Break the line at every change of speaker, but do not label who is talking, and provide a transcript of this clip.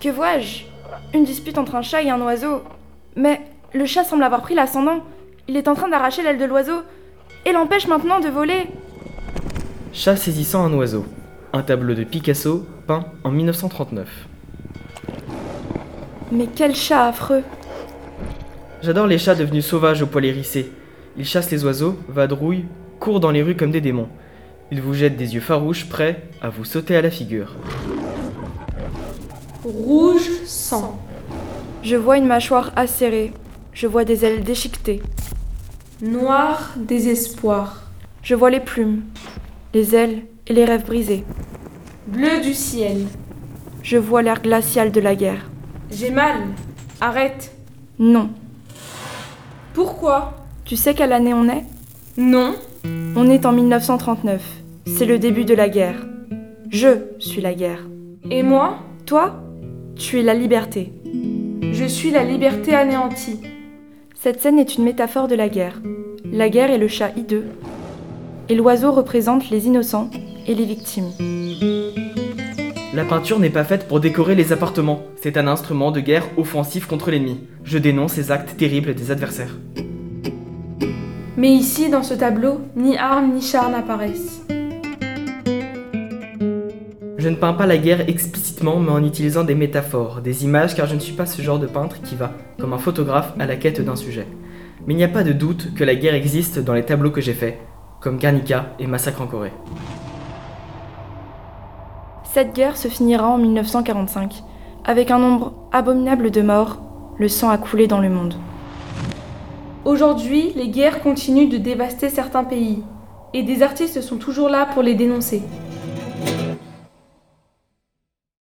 Que vois-je Une dispute entre un chat et un oiseau. Mais le chat semble avoir pris l'ascendant. Il est en train d'arracher l'aile de l'oiseau et l'empêche maintenant de voler.
Chat saisissant un oiseau. Un tableau de Picasso peint en 1939.
Mais quel chat affreux
J'adore les chats devenus sauvages au poil hérissé. Ils chassent les oiseaux, vadrouillent, courent dans les rues comme des démons. Ils vous jettent des yeux farouches, prêts à vous sauter à la figure.
Rouge sang.
Je vois une mâchoire acérée. Je vois des ailes déchiquetées.
Noir désespoir.
Je vois les plumes, les ailes et les rêves brisés.
Bleu du ciel.
Je vois l'air glacial de la guerre.
J'ai mal. Arrête.
Non.
Pourquoi
Tu sais quelle année on est
Non.
On est en 1939. C'est le début de la guerre. Je suis la guerre.
Et moi
Toi, tu es la liberté.
Je suis la liberté anéantie.
Cette scène est une métaphore de la guerre. La guerre est le chat hideux. Et l'oiseau représente les innocents et les victimes.
La peinture n'est pas faite pour décorer les appartements. C'est un instrument de guerre offensif contre l'ennemi. Je dénonce ces actes terribles des adversaires.
Mais ici, dans ce tableau, ni armes ni chars n'apparaissent.
Je ne peins pas la guerre explicitement, mais en utilisant des métaphores, des images, car je ne suis pas ce genre de peintre qui va, comme un photographe, à la quête d'un sujet. Mais il n'y a pas de doute que la guerre existe dans les tableaux que j'ai faits, comme Guernica et Massacre en Corée.
Cette guerre se finira en 1945, avec un nombre abominable de morts, le sang a coulé dans le monde.
Aujourd'hui, les guerres continuent de dévaster certains pays, et des artistes sont toujours là pour les dénoncer.